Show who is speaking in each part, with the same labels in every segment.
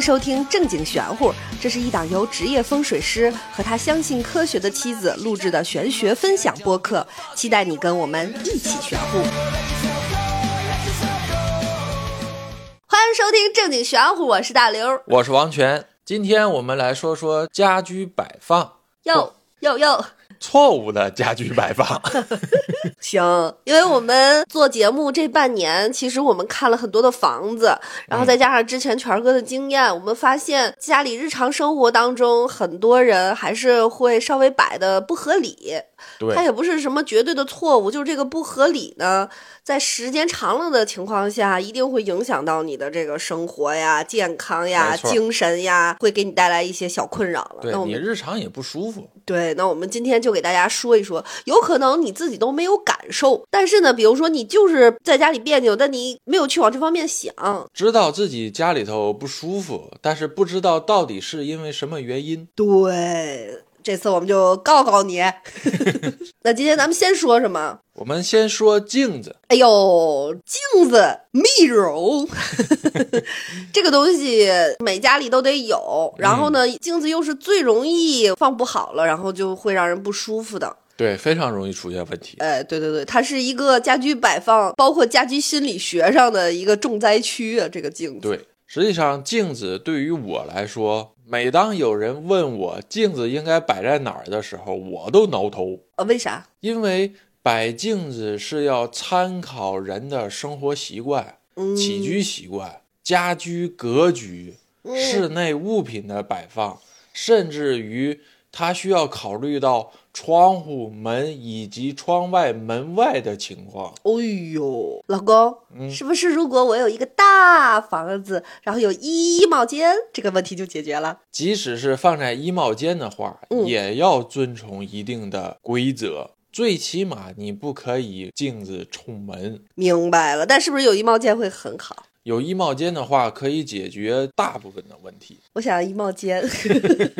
Speaker 1: 收听《正经玄乎》，这是一档由职业风水师和他相信科学的妻子录制的玄学分享播客，期待你跟我们一起玄乎。欢迎收听《正经玄乎》，我是大刘。
Speaker 2: 我是王权。今天我们来说说家居摆放，
Speaker 1: 哟哟哟，
Speaker 2: 错误的家居摆 放。
Speaker 1: 行，因为我们做节目这半年，其实我们看了很多的房子，然后再加上之前权儿哥的经验，我们发现家里日常生活当中，很多人还是会稍微摆的不合理。它
Speaker 2: 对，
Speaker 1: 也不是什么绝对的错误，就是这个不合理呢，在时间长了的情况下，一定会影响到你的这个生活呀、健康呀、
Speaker 2: 没错
Speaker 1: 精神呀，会给你带来一些小困扰了。
Speaker 2: 对
Speaker 1: 那我
Speaker 2: 你
Speaker 1: 们
Speaker 2: 日常也不舒服。
Speaker 1: 对，那我们今天就给大家说一说，有可能你自己都没有感受，但是呢，比如说你就是在家里别扭，但你没有去往这方面想，
Speaker 2: 知道自己家里头不舒服，但是不知道到底是因为什么原因。
Speaker 1: 对。这次我们就告告你。 那今天咱们先说什么？
Speaker 2: 我们先说镜子，
Speaker 1: 哎呦，镜子、密柔， 这个东西每家里都得有。然后
Speaker 2: 嗯
Speaker 1: 呢，镜子又是最容易放不好了，然后就会让人不舒服的。
Speaker 2: 对，非常容易出现问题。
Speaker 1: 哎，对对对，它是一个家居摆放，包括家居心理学上的一个重灾区啊。这个镜子，
Speaker 2: 对，实际上镜子对于我来说，每当有人问我镜子应该摆在哪儿的时候，我都挠头，
Speaker 1: 呃，为啥？
Speaker 2: 因为摆镜子是要参考人的生活习惯、
Speaker 1: 嗯，
Speaker 2: 起居习惯、家居格局、
Speaker 1: 嗯
Speaker 2: 室内物品的摆放，甚至于它需要考虑到窗户、门以及窗外、门外的情况。
Speaker 1: 哎呦，老公，
Speaker 2: 嗯
Speaker 1: 是不是如果我有一个大房子，然后有衣帽间，这个问题就解决了？
Speaker 2: 即使是放在衣帽间的话，
Speaker 1: 嗯
Speaker 2: 也要遵从一定的规则。最起码你不可以镜子冲门。
Speaker 1: 明白了，但是不是有衣帽间会很好？
Speaker 2: 有衣帽间的话，可以解决大部分的问题。
Speaker 1: 我想要衣帽间，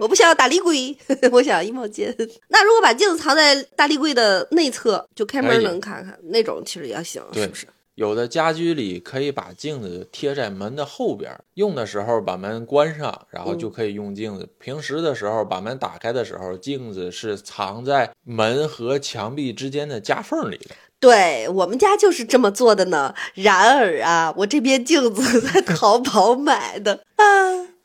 Speaker 1: 我不想要大立柜， 我想要衣帽间。那如果把镜子藏在大立柜的内侧，就开
Speaker 2: 可
Speaker 1: 门
Speaker 2: 以
Speaker 1: 能看看，那种其实也行，
Speaker 2: 对
Speaker 1: 是不是？
Speaker 2: 有的家居里可以把镜子贴在门的后边儿，用的时候把门关上，然后
Speaker 1: 嗯
Speaker 2: 就可以用镜子。平时的时候把门打开的时候，镜子是藏在门和墙壁之间的夹缝里的。
Speaker 1: 对我们家就是这么做的呢。然而啊，我这面镜子在淘宝买的啊，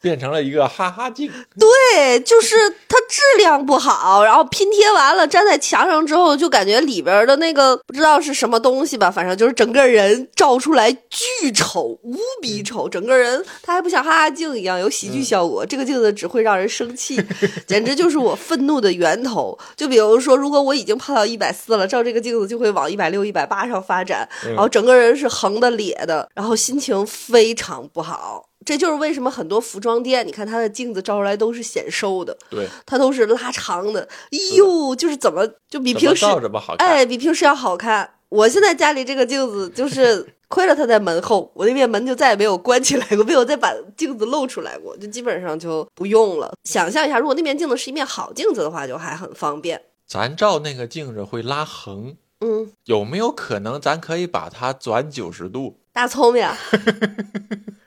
Speaker 2: 变成了一个哈哈镜，
Speaker 1: 对，就是它质量不好，然后拼贴完了粘在墙上之后，就感觉里边的那个不知道是什么东西吧，反正就是整个人照出来巨丑，无比丑，整个人它还不像哈哈镜一样有喜剧效果，这个镜子只会让人生气，简直就是我愤怒的源头。就比如说，如果我已经胖到一百四了，照这个镜子就会往一百六、一百八上发展，然后整个人是横的咧的，然后心情非常不好。这就是为什么很多服装店，你看它的镜子照出来都是显瘦的，
Speaker 2: 对，
Speaker 1: 它都是拉长的。哎呦，就是怎么就比
Speaker 2: 怎么
Speaker 1: 平时
Speaker 2: 照这么好看？
Speaker 1: 哎比平时要好看。我现在家里这个镜子就是 亏了它在门后，我那面门就再也没有关起来过，没有再把镜子露出来过，就基本上就不用了。想象一下，如果那面镜子是一面好镜子的话，就还很方便。
Speaker 2: 咱照那个镜子会拉横，
Speaker 1: 嗯，
Speaker 2: 有没有可能咱可以把它转九十度？
Speaker 1: 大葱 呀。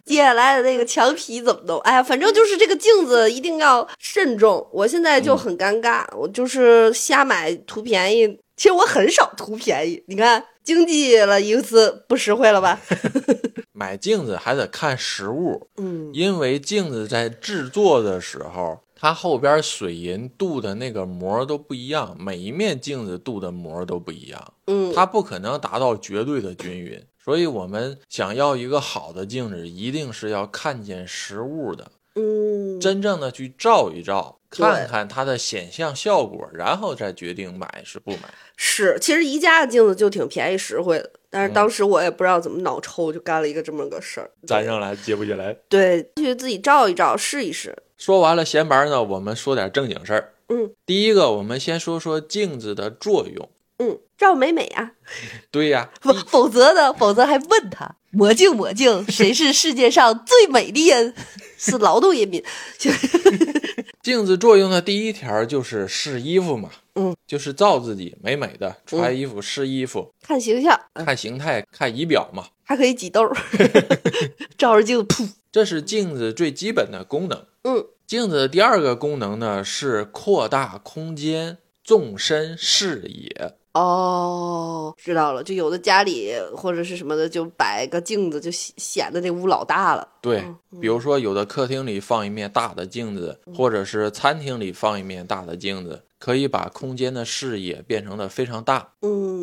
Speaker 1: 接下来的那个墙皮怎么弄？哎呀，反正就是这个镜子一定要慎重。我现在就很尴尬，我就是瞎买图便宜。其实我很少图便宜，你看经济了一次不实惠了 吧？
Speaker 2: 买镜子还得看实物，
Speaker 1: 嗯，
Speaker 2: 因为镜子在制作的时候，它后边水银镀的那个膜都不一样，每一面镜子镀的膜都不一样，
Speaker 1: 嗯
Speaker 2: 它不可能达到绝对的均匀。所以，我们想要一个好的镜子，一定是要看见实物的，
Speaker 1: 嗯，
Speaker 2: 真正的去照一照，
Speaker 1: 对
Speaker 2: 看看它的显像效果，然后再决定买是不买。
Speaker 1: 是，其实宜家的镜子就挺便宜实惠的，但是
Speaker 2: 嗯
Speaker 1: 当时我也不知道怎么脑抽，就干了一个这么个事儿。
Speaker 2: 粘上来接不下来。
Speaker 1: 对，去自己照一照，试一试。
Speaker 2: 说完了闲白呢，我们说点正经事儿。
Speaker 1: 嗯，
Speaker 2: 第一个，我们先说说镜子的作用。
Speaker 1: 嗯，照美美啊。
Speaker 2: 对呀、
Speaker 1: 否否则呢？否则还问他魔镜魔 镜，谁是世界上最美丽人？是劳动人民。
Speaker 2: 镜子作用的第一条就是试衣服嘛，
Speaker 1: 嗯，
Speaker 2: 就是照自己美美的穿衣服、试衣服，
Speaker 1: 看形象，
Speaker 2: 看形态、看仪表嘛。
Speaker 1: 还可以挤痘儿，照着镜子噗。
Speaker 2: 这是镜子最基本的功能。
Speaker 1: 嗯，
Speaker 2: 镜子的第二个功能呢是扩大空间，纵深视野。
Speaker 1: 哦，知道了。就有的家里或者是什么的，就摆个镜子，就显显得这屋老大了。
Speaker 2: 对，比如说有的客厅里放一面大的镜子，或者是餐厅里放一面大的镜子，可以把空间的视野变成的非常大。
Speaker 1: 嗯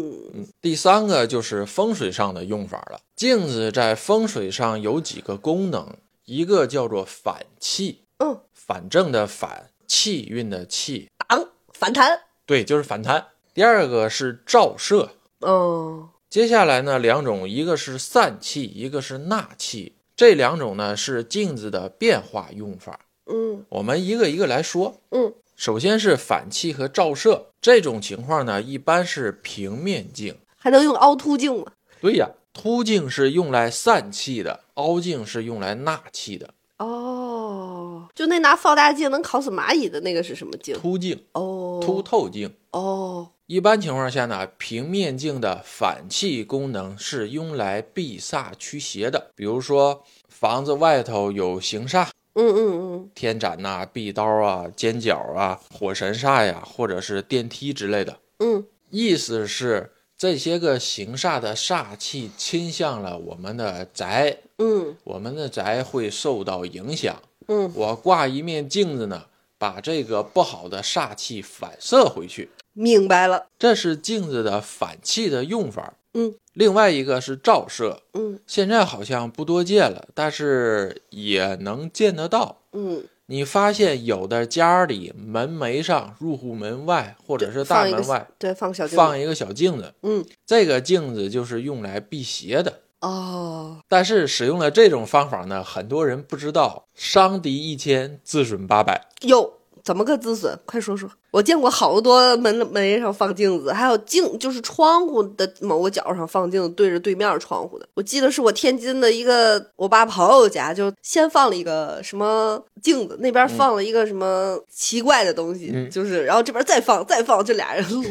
Speaker 2: 第三个就是风水上的用法了。镜子在风水上有几个功能，一个叫做反气，
Speaker 1: 嗯，
Speaker 2: 反正的反，气运的气，
Speaker 1: 挡反弹。
Speaker 2: 对，就是反弹。第二个是照射，
Speaker 1: 嗯
Speaker 2: 接下来呢，两种，一个是散气，一个是纳气，这两种呢是镜子的变化用法。
Speaker 1: 嗯
Speaker 2: 我们一个一个来说。
Speaker 1: 嗯，
Speaker 2: 首先是反气和照射这种情况呢，一般是平面镜。
Speaker 1: 还能用凹凸镜吗？
Speaker 2: 对呀，凸镜是用来散气的，凹镜是用来纳气的。
Speaker 1: 哦，就那拿放大镜能烤死蚂蚁的那个是什么镜？
Speaker 2: 凸镜、
Speaker 1: 哦，
Speaker 2: 凸透镜。
Speaker 1: 哦，
Speaker 2: 一般情况下呢，平面镜的反气功能是用来避煞驱邪的，比如说房子外头有行煞，
Speaker 1: 嗯嗯
Speaker 2: 天斩呐、壁刀啊、尖角啊、火神煞呀，或者是电梯之类的。
Speaker 1: 嗯
Speaker 2: 意思是这些个行煞的煞气侵向了我们的宅，
Speaker 1: 嗯嗯
Speaker 2: 我们的宅会受到影响。
Speaker 1: 嗯，
Speaker 2: 我挂一面镜子呢，把这个不好的煞气反射回去，
Speaker 1: 明白了。
Speaker 2: 这是镜子的反气的用法。
Speaker 1: 嗯，
Speaker 2: 另外一个是照射，
Speaker 1: 嗯
Speaker 2: 现在好像不多见了，但是也能见得到。
Speaker 1: 嗯，
Speaker 2: 你发现有的家里门楣上、入户门外或者是大
Speaker 1: 放一
Speaker 2: 门
Speaker 1: 个
Speaker 2: 外
Speaker 1: 对，放个小镜子。
Speaker 2: 放一个小镜子，
Speaker 1: 嗯
Speaker 2: 这个镜子就是用来辟邪的。
Speaker 1: 哦，
Speaker 2: 但是使用了这种方法呢，很多人不知道，伤敌一千，自损八百。
Speaker 1: 哟，怎么个自损？快说说。我见过好多门门上放镜子，还有镜就是窗户的某个角上放镜子，对着对面窗户的。我记得是我天津的一个我爸朋友家，就先放了一个什么镜子，那边放了一个什么奇怪的东西，
Speaker 2: 嗯
Speaker 1: 就是然后这边再放再放，就俩人录，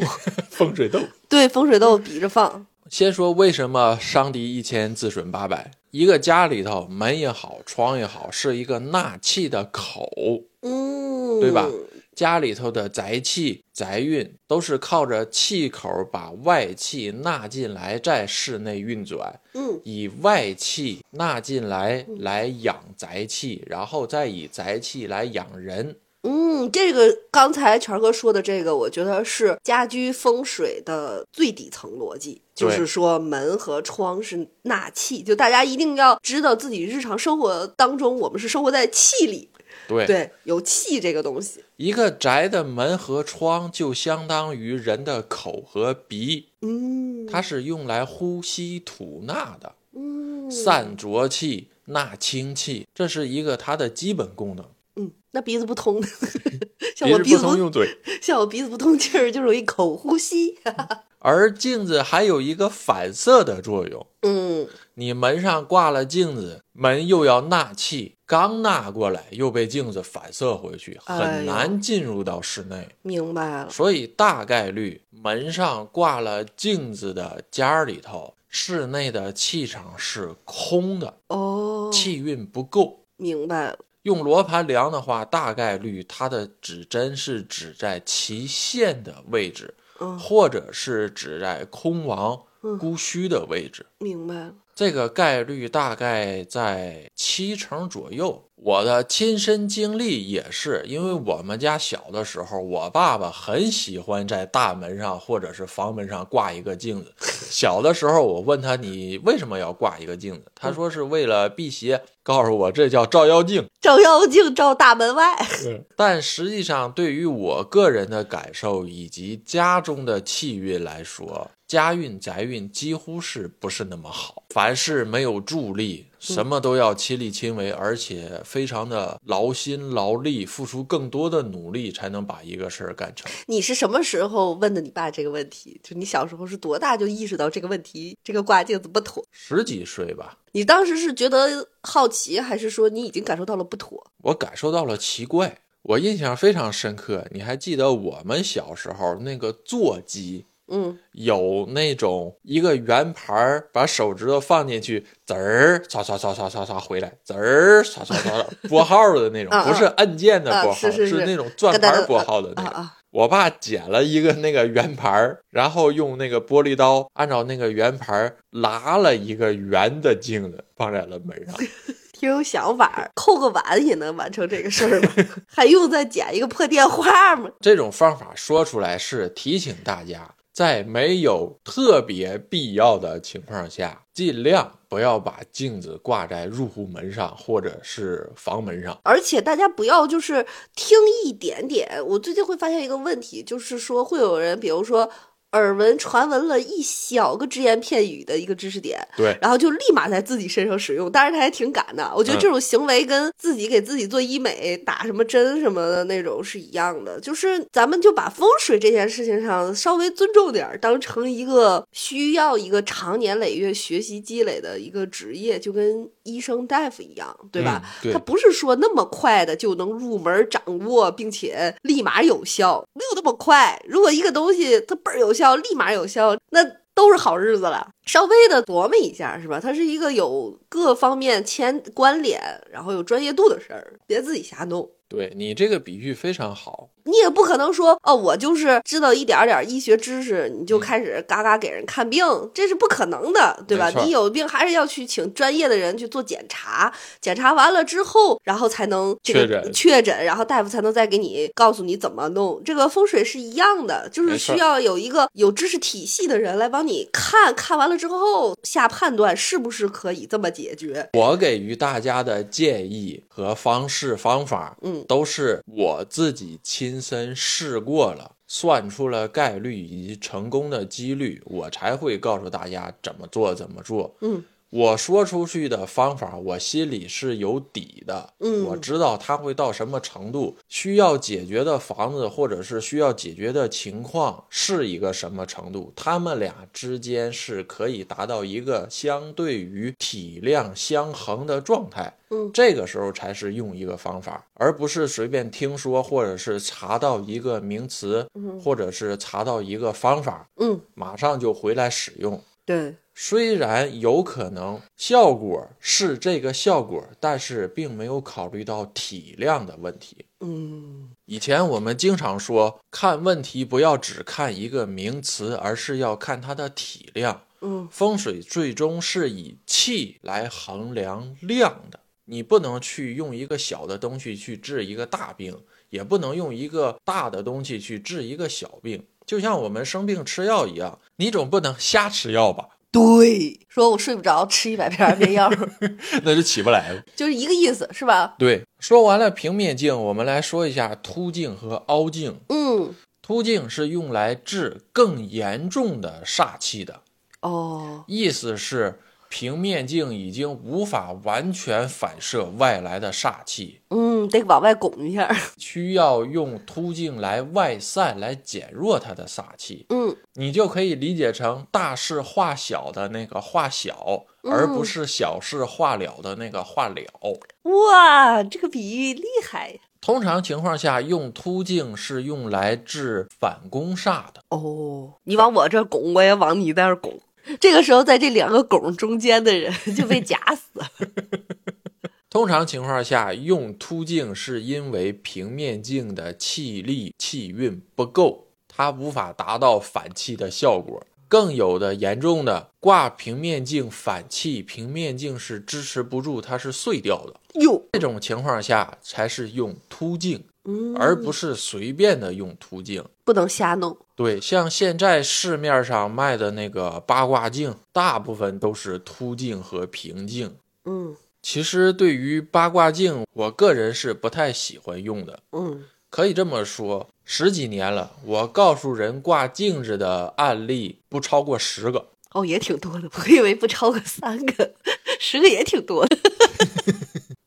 Speaker 2: 风水豆。
Speaker 1: 对风水豆比着放。
Speaker 2: 先说为什么伤敌一千，自损八百。一个家里头门也好，窗也好，是一个纳气的口，
Speaker 1: 嗯，
Speaker 2: 对吧家里头的宅气、宅运都是靠着气口把外气纳进来，在室内运转，
Speaker 1: 嗯，
Speaker 2: 以外气纳进来来养宅气，然后再以宅气来养人。
Speaker 1: 嗯，这个刚才权哥说的这个，我觉得是家居风水的最底层逻辑，就
Speaker 2: 对
Speaker 1: 是说门和窗是纳气，就大家一定要知道自己日常生活当中，我们是生活在气里，
Speaker 2: 对，
Speaker 1: 对，有气这个东西。
Speaker 2: 一个宅的门和窗就相当于人的口和鼻，
Speaker 1: 嗯
Speaker 2: 它是用来呼吸吐纳的，
Speaker 1: 嗯，
Speaker 2: 散浊气、纳清气，这是一个它的基本功能。
Speaker 1: 嗯，那鼻子不通， 像
Speaker 2: 鼻
Speaker 1: 我
Speaker 2: 子
Speaker 1: 鼻
Speaker 2: 不
Speaker 1: 子
Speaker 2: 通
Speaker 1: 不
Speaker 2: 用嘴。
Speaker 1: 像我鼻子不通气儿，就容易口呼吸。
Speaker 2: 而镜子还有一个反射的作用。
Speaker 1: 嗯
Speaker 2: 你门上挂了镜子，门又要纳气，刚纳过来又被镜子反射回去，
Speaker 1: 哎呦
Speaker 2: 很难进入到室内。
Speaker 1: 明白了。
Speaker 2: 所以大概率门上挂了镜子的家里头，室内的气场是空的，
Speaker 1: 哦，
Speaker 2: 气运不够。
Speaker 1: 明白了。
Speaker 2: 用罗盘量的话，大概率它的指针是指在其线的位置，
Speaker 1: 嗯，
Speaker 2: 或者是指在空亡孤虚的位置。
Speaker 1: 明白了。
Speaker 2: 这个概率大概在七成左右。我的亲身经历也是，因为我们家小的时候，我爸爸很喜欢在大门上或者是房门上挂一个镜子。小的时候，我问他你为什么要挂一个镜子，他说是为了辟邪，告诉我这叫照妖镜。
Speaker 1: 照妖镜照大门外。
Speaker 2: 但实际上，对于我个人的感受以及家中的气运来说，家运宅运几乎是不是那么好。凡事没有助力，什么都要亲力亲为，而且非常的劳心劳力，付出更多的努力才能把一个事儿干成。
Speaker 1: 你是什么时候问的你爸这个问题？就你小时候是多大就意识到这个问题，这个挂镜子不妥？
Speaker 2: 十几岁吧，
Speaker 1: 你当时是觉得好奇，还是说你已经感受到了不妥？
Speaker 2: 我感受到了奇怪，我印象非常深刻。你还记得我们小时候那个座机？
Speaker 1: 嗯，
Speaker 2: 有那种一个圆盘儿，把手指头放进去，滋儿唰唰唰唰唰唰回来，滋儿唰唰唰唰拨号的那种
Speaker 1: 啊，啊
Speaker 2: 不是按键的拨号，
Speaker 1: 啊是是是
Speaker 2: 那种转盘儿拨号的那
Speaker 1: 啊
Speaker 2: 种。
Speaker 1: 啊，
Speaker 2: 我爸捡了一个那个圆盘儿，然后用那个玻璃刀按照那个圆盘儿拉了一个圆的镜子放在了门上。
Speaker 1: 挺有想法儿，扣个碗也能完成这个事儿吧？ 还用再捡一个破电话吗？
Speaker 2: 这种方法说出来是提醒大家，在没有特别必要的情况下，尽量不要把镜子挂在入户门上或者是房门上。
Speaker 1: 而且大家不要就是听一点点。我最近会发现一个问题，就是说会有人，比如说耳闻传闻了一小个只言片语的一个知识点，
Speaker 2: 对，
Speaker 1: 然后就立马在自己身上使用。当然他还挺敢的，我觉得
Speaker 2: 嗯
Speaker 1: 这种行为跟自己给自己做医美、打什么针什么的那种是一样的。就是咱们就把风水这件事情上稍微尊重点儿，当成一个需要一个长年累月学习积累的一个职业，就跟医生、大夫一样，对吧？
Speaker 2: 嗯对
Speaker 1: 他不是说那么快的就能入门掌握，并且立马有效，没有那么快。如果一个东西它倍儿有效，立马有效，那都是好日子了。稍微的琢磨一下是吧？它是一个有各方面牵关联，然后有专业度的事儿，别自己瞎弄。
Speaker 2: 对你这个比喻非常好。
Speaker 1: 你也不可能说哦，我就是知道一点儿点儿医学知识，你
Speaker 2: 嗯
Speaker 1: 就开始嘎嘎给人看病，这是不可能的，对吧
Speaker 2: 没？错
Speaker 1: 你有病还是要去请专业的人去做检查，检查完了之后，然后才能、这个、
Speaker 2: 确诊
Speaker 1: 确诊，然后大夫才能再给你告诉你怎么弄。这个风水是一样的，就是
Speaker 2: 没错
Speaker 1: 需要有一个有知识体系的人来帮你看看完了之后下判断是不是可以这么解决。
Speaker 2: 我给予大家的建议和方式方法，
Speaker 1: 嗯
Speaker 2: 都是我自己亲身试过了，算出了概率以及成功的几率，我才会告诉大家怎么做怎么做。
Speaker 1: 嗯，
Speaker 2: 我说出去的方法，我心里是有底的。
Speaker 1: 嗯
Speaker 2: 我知道它会到什么程度，需要解决的房子或者是需要解决的情况是一个什么程度，他们俩之间是可以达到一个相对于体量相衡的状态。
Speaker 1: 嗯
Speaker 2: 这个时候才是用一个方法，而不是随便听说或者是查到一个名词，
Speaker 1: 嗯
Speaker 2: 或者是查到一个方法，
Speaker 1: 嗯，
Speaker 2: 马上就回来使用。
Speaker 1: 对，
Speaker 2: 虽然有可能效果是这个效果，但是并没有考虑到体量的问题。
Speaker 1: 嗯
Speaker 2: 以前我们经常说，看问题不要只看一个名词，而是要看它的体量。
Speaker 1: 嗯
Speaker 2: 风水最终是以气来衡量量的，你不能去用一个小的东西去治一个大病，也不能用一个大的东西去治一个小病。就像我们生病吃药一样，你总不能瞎吃药吧？
Speaker 1: 对，说我睡不着，吃一百片安眠药。
Speaker 2: 那就起不来了。
Speaker 1: 就是一个意思，是吧？
Speaker 2: 对，说完了平面镜，我们来说一下凸镜和凹镜。
Speaker 1: 嗯，
Speaker 2: 凸镜是用来治更严重的煞气的，
Speaker 1: 哦，
Speaker 2: 意思是平面镜已经无法完全反射外来的煞气，
Speaker 1: 嗯，得往外拱 一下。
Speaker 2: 需要用凸镜来外散，来减弱它的煞气。
Speaker 1: 嗯，
Speaker 2: 你就可以理解成大事化小的那个化小，而不是小事化了的那个化了。
Speaker 1: 哇，这个比喻厉害
Speaker 2: 通常情况下，用凸镜是用来治反攻煞的。
Speaker 1: 哦！你往我这儿拱，我也往你那儿拱。这个时候，在这两个拱中间的人 就被夹死了。
Speaker 2: 通常情况下，用凸镜是因为平面镜的气力气运不够，它无法达到反气的效果。更有的严重的挂平面镜反气，平面镜是支持不住，它是碎掉的。
Speaker 1: 哟，
Speaker 2: 这种情况下才是用凸镜，
Speaker 1: 嗯，
Speaker 2: 而不是随便的用凸镜。
Speaker 1: 不能瞎弄。
Speaker 2: 对，像现在市面上卖的那个八卦镜，大部分都是凸镜和平镜。
Speaker 1: 嗯
Speaker 2: 其实对于八卦镜，我个人是不太喜欢用的。
Speaker 1: 嗯，
Speaker 2: 可以这么说，十几年了，我告诉人挂镜子的案例不超过十个。
Speaker 1: 哦，也挺多的，我以为不超过三个，十个也挺多的。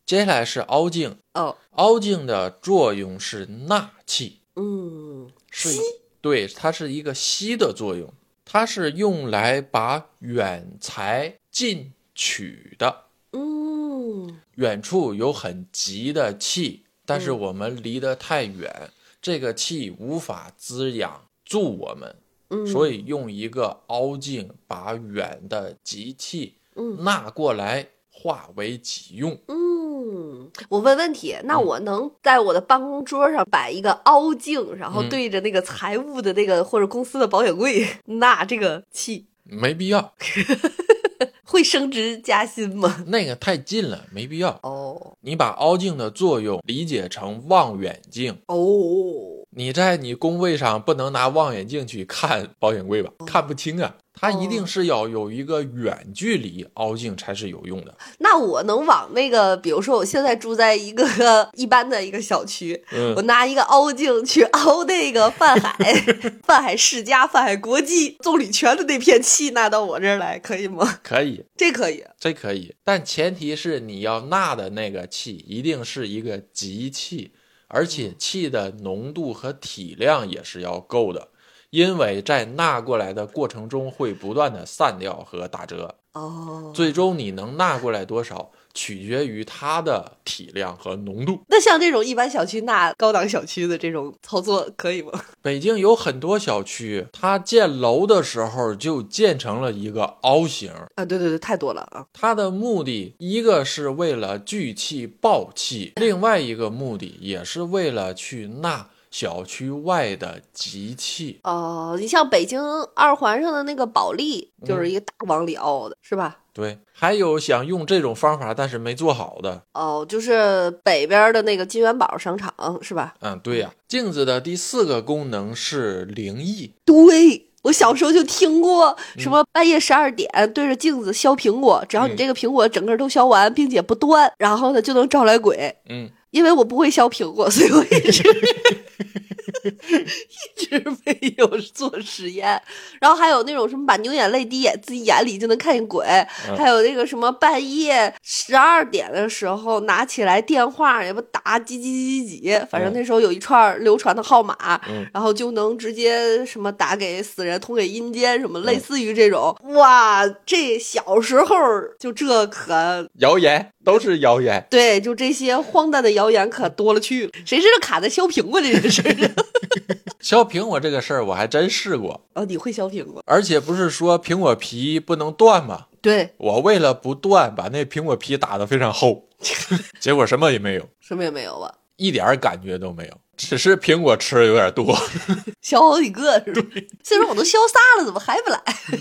Speaker 2: 接下来是凹镜，
Speaker 1: 哦，
Speaker 2: 凹镜的作用是纳气，
Speaker 1: 嗯，
Speaker 2: 是一对，它是一个吸的作用，它是用来把远财进取的。
Speaker 1: 嗯，
Speaker 2: 远处有很急的气，但是我们离得太远，这个气无法滋养住我们，
Speaker 1: 嗯，
Speaker 2: 所以用一个凹镜把远的集气
Speaker 1: 嗯
Speaker 2: 纳过来，化为己用。
Speaker 1: 嗯，我问问题，那我能在我的办公桌上摆一个凹镜，然后
Speaker 2: 嗯
Speaker 1: 对着那个财务的那个或者公司的保险柜 纳这个气，
Speaker 2: 没必要，
Speaker 1: 会升职加薪吗？
Speaker 2: 那个太近了，没必要。
Speaker 1: 哦
Speaker 2: 你把凹镜的作用理解成望远镜，
Speaker 1: 哦，
Speaker 2: 你在你工位上不能拿望远镜去看保险柜吧？
Speaker 1: 哦
Speaker 2: 看不清啊，它一定是要有一个远距离凹镜才是有用的。
Speaker 1: 那我能往那个，比如说我现在住在一个一般的一个小区，我
Speaker 2: 嗯，
Speaker 1: 拿一个凹镜去凹那个泛 海、泛海世家、泛海国际、棕榈泉的那片气纳到我这儿来，可以吗？
Speaker 2: 可以，
Speaker 1: 这可以。
Speaker 2: 这可以，但前提是你要纳的那个气一定是一个集气，而且气的浓度和体量也是要够的，因为在纳过来的过程中会不断的散掉和打折，
Speaker 1: 哦，
Speaker 2: 最终你能纳过来多少，取决于它的体量和浓度。
Speaker 1: 那像这种一般小区纳高档小区的这种操作可以吗？
Speaker 2: 北京有很多小区，它建楼的时候就建成了一个凹形，
Speaker 1: 啊，对对对，太多了啊。
Speaker 2: 它的目的一个是为了聚气爆气，另外一个目的也是为了去纳小区外的集气。
Speaker 1: 哦，你像北京二环上的那个保利，就是一个大往里凹的，是吧？
Speaker 2: 对，还有想用这种方法但是没做好的，
Speaker 1: 哦，就是北边的那个金元宝商场，是吧？
Speaker 2: 嗯，对呀、镜子的第四个功能是灵异，
Speaker 1: 对，嗯我小时候就听过什么半夜十二点对着镜子削苹果，只要你
Speaker 2: 嗯
Speaker 1: 这个苹果整个都削完，并且不断，然后呢就能招来鬼。
Speaker 2: 嗯，
Speaker 1: 因为我不会削苹果，所以我一 直一直没有做实验。然后还有那种什么把牛眼泪滴眼自己眼里就能看见鬼，
Speaker 2: 嗯
Speaker 1: 还有那个什么半夜十二点的时候拿起来电话也不打几几几几几，反正
Speaker 2: 嗯
Speaker 1: 那时候有一串流传的号码，
Speaker 2: 嗯
Speaker 1: 然后就能直接什么打给死人，通给阴间什么，
Speaker 2: 嗯
Speaker 1: 类似于这种。哇，这小时候就这可
Speaker 2: 谣言都是谣言。
Speaker 1: 对，就这些荒诞的谣言可多了去了。谁知道卡在削苹果这件事儿上？
Speaker 2: 削苹果这个事儿我还真试过，
Speaker 1: 哦，你会削苹果？
Speaker 2: 而且不是说苹果皮不能断吗？
Speaker 1: 对，
Speaker 2: 我为了不断，把那苹果皮打得非常厚，结果什么也没有。
Speaker 1: 什么也没有吧？
Speaker 2: 一点儿感觉都没有，只是苹果吃的有点多。
Speaker 1: 削好几个是吧？虽然我都削仨了，怎么还不来？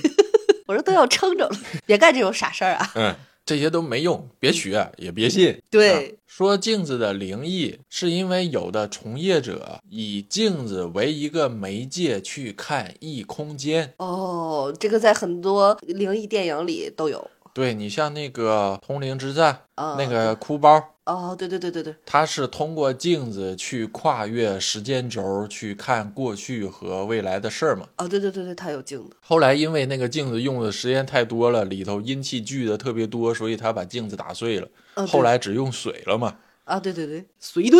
Speaker 1: 我说都要撑着了，别干这种傻事儿啊！
Speaker 2: 嗯，这些都没用，别学也别信。
Speaker 1: 对
Speaker 2: 啊说镜子的灵异，是因为有的从业者以镜子为一个媒介去看异空间。
Speaker 1: 哦，这个在很多灵异电影里都有。
Speaker 2: 对你像那个《通灵之战》
Speaker 1: 啊
Speaker 2: 那个哭包。
Speaker 1: 哦，对对对对对，
Speaker 2: 它是通过镜子去跨越时间轴去看过去和未来的事儿嘛。
Speaker 1: 哦，对对对对，它有镜子。
Speaker 2: 后来因为那个镜子用的时间太多了，里头阴气聚的特别多，所以他把镜子打碎了。
Speaker 1: 哦对
Speaker 2: 后来只用水了嘛。
Speaker 1: 啊，对对对，水遁，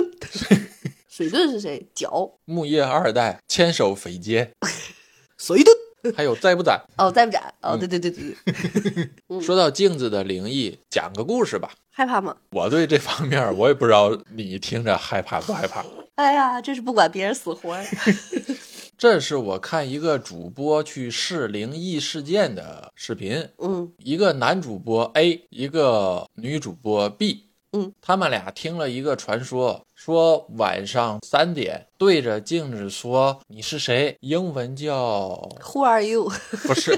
Speaker 1: 水遁是谁？脚
Speaker 2: 木叶二代千手匪间，
Speaker 1: 水遁。
Speaker 2: 还有在不在？
Speaker 1: 哦，在不在？哦，对对对对 对，嗯
Speaker 2: 说到镜子的灵异，讲个故事吧。
Speaker 1: 害怕吗？
Speaker 2: 我对这方面我也不知道你听着害怕不害怕。
Speaker 1: 哎呀，真是不管别人死活儿。
Speaker 2: 这是我看一个主播去试灵异事件的视频，
Speaker 1: 嗯
Speaker 2: 一个男主播 A，一个女主播 B。
Speaker 1: 嗯，
Speaker 2: 他们俩听了一个传说，说晚上三点对着镜子说你是谁，英文叫
Speaker 1: ，Who are you？
Speaker 2: 不是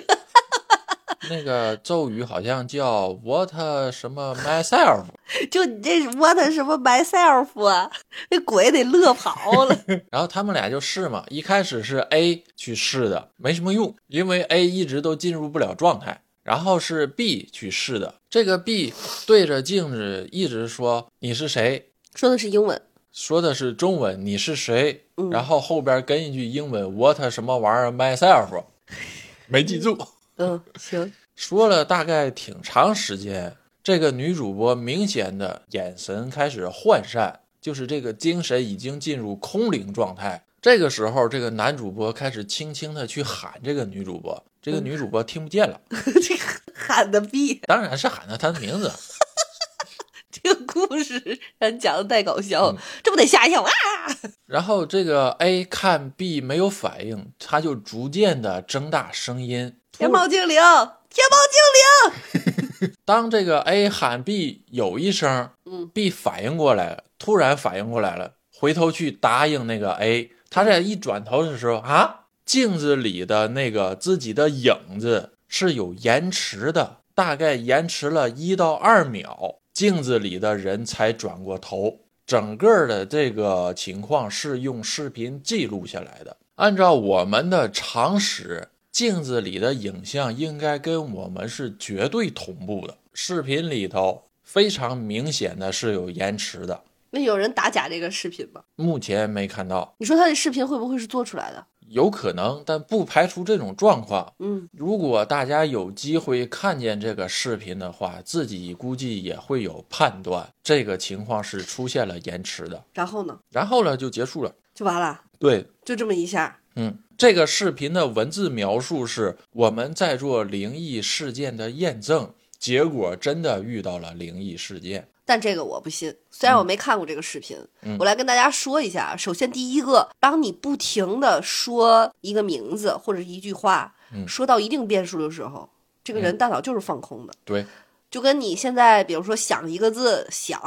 Speaker 2: 那个咒语，好像叫 What 什么 myself。
Speaker 1: 就你这 what 什么 myself 啊，那鬼得乐跑了。
Speaker 2: 然后他们俩就试嘛，一开始是 A 去试的，没什么用，因为 A 一直都进入不了状态。然后是 B 去试的，这个 B 对着镜子一直说你是谁，
Speaker 1: 说的是英文，
Speaker 2: 说的是中文，你是谁？
Speaker 1: 嗯
Speaker 2: 然后后边跟一句英文，What 什么玩意儿，myself，没记住。
Speaker 1: 嗯，行，
Speaker 2: 说了大概挺长时间，这个女主播明显的眼神开始涣散，就是这个精神已经进入空灵状态。这个时候，这个男主播开始轻轻的去喊这个女主播，这个女主播听不见了，
Speaker 1: 这个喊的逼，
Speaker 2: 当然是喊的她的名字。
Speaker 1: 这个故事讲的太搞笑，
Speaker 2: 嗯
Speaker 1: 这不得吓一跳啊！
Speaker 2: 然后这个 A 看 B 没有反应，他就逐渐的增大声音。
Speaker 1: 天猫精灵，天猫
Speaker 2: 当这个 A 喊 B 有一声，
Speaker 1: 嗯
Speaker 2: ，B 反应过来了，突然反应过来了，回头去答应那个 A。他在一转头的时候啊，镜子里的那个自己的影子是有延迟的，大概延迟了一到二秒，镜子里的人才转过头。整个的这个情况是用视频记录下来的。按照我们的常识，镜子里的影像应该跟我们是绝对同步的。视频里头非常明显的是有延迟的，
Speaker 1: 那有人打假这个视频吗？
Speaker 2: 目前没看到，
Speaker 1: 你说他的视频会不会是做出来的？
Speaker 2: 有可能，但不排除这种状况。
Speaker 1: 嗯，
Speaker 2: 如果大家有机会看见这个视频的话，自己估计也会有判断，这个情况是出现了延迟的。
Speaker 1: 然后呢，
Speaker 2: 然后呢，就结束了。
Speaker 1: 就完了，
Speaker 2: 对，
Speaker 1: 就这么一下。
Speaker 2: 嗯，这个视频的文字描述是我们在做灵异事件的验证，结果真的遇到了灵异事件。
Speaker 1: 但这个我不信，虽然我没看过这个视频，
Speaker 2: 嗯
Speaker 1: 我来跟大家说一下。啊首先，第一个，当你不停的说一个名字或者一句话，
Speaker 2: 嗯
Speaker 1: 说到一定变数的时候，这个人大脑就是放空的，
Speaker 2: 对，
Speaker 1: 就跟你现在比如说想一个字想，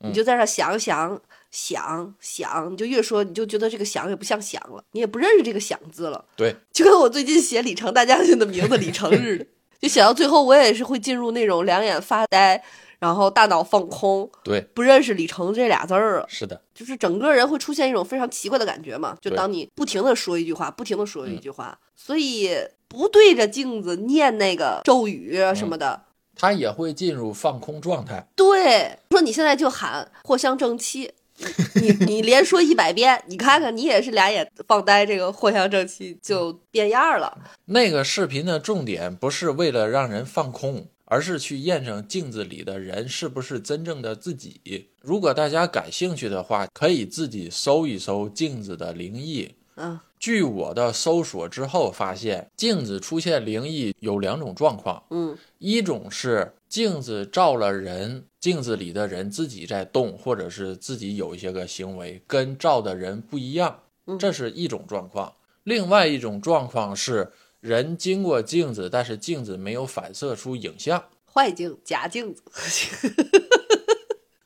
Speaker 2: 嗯
Speaker 1: 你就在那想想想想，你就越说你就觉得这个想也不像想了，你也不认识这个想字了。
Speaker 2: 对，
Speaker 1: 就跟我最近写李成大将军的名字李成似 的，就写到最后，我也是会进入那种两眼发呆，然后大脑放空，
Speaker 2: 对，
Speaker 1: 不认识李成这俩字儿了，
Speaker 2: 是的，
Speaker 1: 就是整个人会出现一种非常奇怪的感觉嘛。就
Speaker 2: 对
Speaker 1: 当你不停的说一句话，不停的说一句话，所以不对着镜子念那个咒语啊什么的。
Speaker 2: 他也会进入放空状态。
Speaker 1: 对，说你现在就喊藿香正气，你 你你连说一百遍，你看看你也是俩眼放呆，这个藿香正气就变样儿了。
Speaker 2: 那个视频的重点不是为了让人放空，而是去验证镜子里的人是不是真正的自己。如果大家感兴趣的话，可以自己搜一搜镜子的灵异，
Speaker 1: 嗯，
Speaker 2: 据我的搜索之后发现，镜子出现灵异有两种状况，
Speaker 1: 嗯，
Speaker 2: 一种是镜子照了人，镜子里的人自己在动，或者是自己有一些个行为跟照的人不一样
Speaker 1: 嗯，
Speaker 2: 这是一种状况。另外一种状况是人经过镜子，但是镜子没有反射出影像。
Speaker 1: 坏镜、假镜子，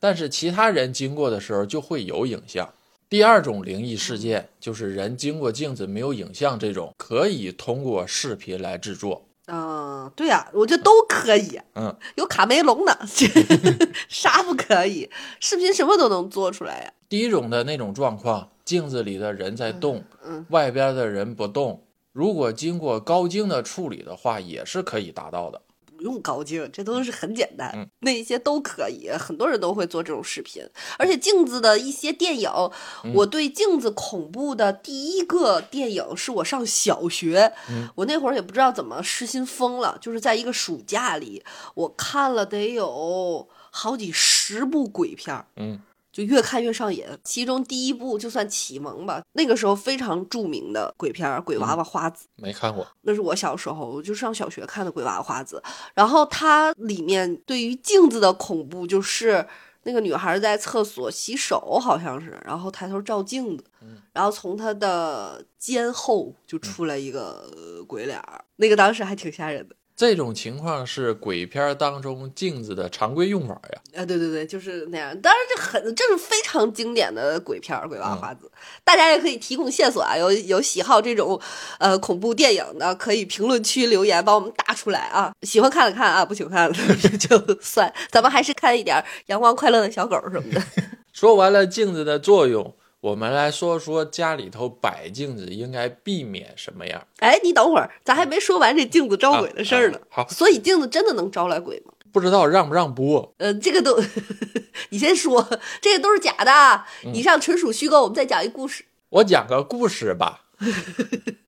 Speaker 2: 但是其他人经过的时候就会有影像。第二种灵异事件就是人经过镜子没有影像，这种可以通过视频来制作。
Speaker 1: 嗯，对呀、我觉得都可以。
Speaker 2: 嗯，
Speaker 1: 有卡梅隆的， 啥不可以？视频什么都能做出来呀、
Speaker 2: 第一种的那种状况，镜子里的人在动，
Speaker 1: 嗯，
Speaker 2: 外边的人不动。如果经过高精的处理的话，也是可以达到的。
Speaker 1: 不用高精，这都是很简单，
Speaker 2: 嗯
Speaker 1: 那一些都可以，很多人都会做这种视频。而且镜子的一些电影，
Speaker 2: 嗯
Speaker 1: 我对镜子恐怖的第一个电影是我上小学，
Speaker 2: 嗯
Speaker 1: 我那会儿也不知道怎么失心疯了，就是在一个暑假里，我看了得有好几十部鬼片儿。
Speaker 2: 嗯
Speaker 1: 就越看越上瘾。其中第一部就算启蒙吧，那个时候非常著名的鬼片儿《鬼娃娃花子》
Speaker 2: 没看过。
Speaker 1: 那是我小时候，我就上小学看的《鬼娃娃花子》。然后它里面对于镜子的恐怖，就是那个女孩在厕所洗手，好像是，然后抬头照镜子，然后从她的肩后就出来一个呃鬼脸儿，那个当时还挺吓人的。
Speaker 2: 这种情况是鬼片当中镜子的常规用法呀。
Speaker 1: 啊，对对对，就是那样。当然，这很这是非常经典的鬼片儿《鬼
Speaker 2: 嗯
Speaker 1: 娃娃花子》大家也可以提供线索啊。有有喜好这种呃恐怖电影的，可以评论区留言帮我们打出来啊。喜欢看了看啊，不喜欢看了 就算。咱们还是看一点儿《阳光快乐的小狗》什么的。
Speaker 2: 说完了镜子的作用，我们来说说家里头摆镜子应该避免什么样。
Speaker 1: 哎，你等会儿，咱还没说完这镜子招鬼的事儿呢。
Speaker 2: 啊啊好
Speaker 1: 所以镜子真的能招来鬼吗？
Speaker 2: 不知道让不让播？
Speaker 1: 呃，这个都， 你先说，这个都是假的啊，
Speaker 2: 嗯
Speaker 1: 以上纯属虚构。我们再讲一故事。
Speaker 2: 我讲个故事 吧。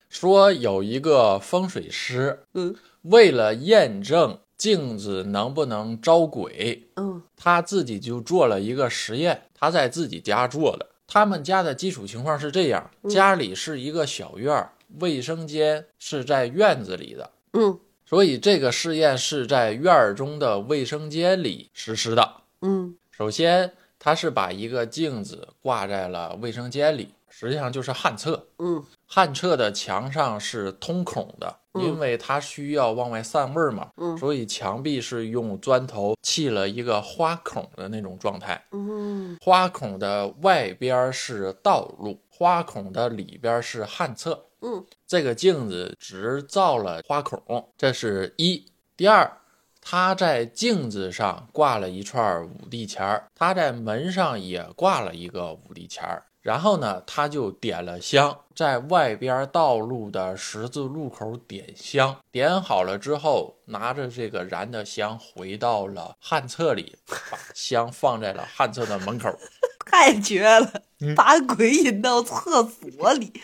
Speaker 2: 说有一个风水师，
Speaker 1: 嗯
Speaker 2: 为了验证镜子能不能招鬼，
Speaker 1: 嗯
Speaker 2: 他自己就做了一个实验。他在自己家做的。他们家的基础情况是这样：家里是一个小院儿，卫生间是在院子里的，
Speaker 1: 嗯
Speaker 2: 所以这个试验是在院儿中的卫生间里实施的。
Speaker 1: 嗯
Speaker 2: 首先，它是把一个镜子挂在了卫生间里，实际上就是旱厕。
Speaker 1: 嗯
Speaker 2: 旱厕的墙上是通孔的，
Speaker 1: 嗯
Speaker 2: 因为它需要往外散味儿嘛，
Speaker 1: 嗯
Speaker 2: 所以墙壁是用砖头砌了一个花孔的那种状态。
Speaker 1: 嗯
Speaker 2: 花孔的外边是道路，花孔的里边是旱厕。
Speaker 1: 嗯，
Speaker 2: 这个镜子只照了花孔，这是一。第二，它在镜子上挂了一串五帝钱儿，它在门上也挂了一个五帝钱儿。然后呢，他就点了香，在外边道路的十字路口点香，点好了之后，拿着这个燃的香回到了旱厕里，把香放在了旱厕的门口。
Speaker 1: 太绝了，把鬼引到厕所里。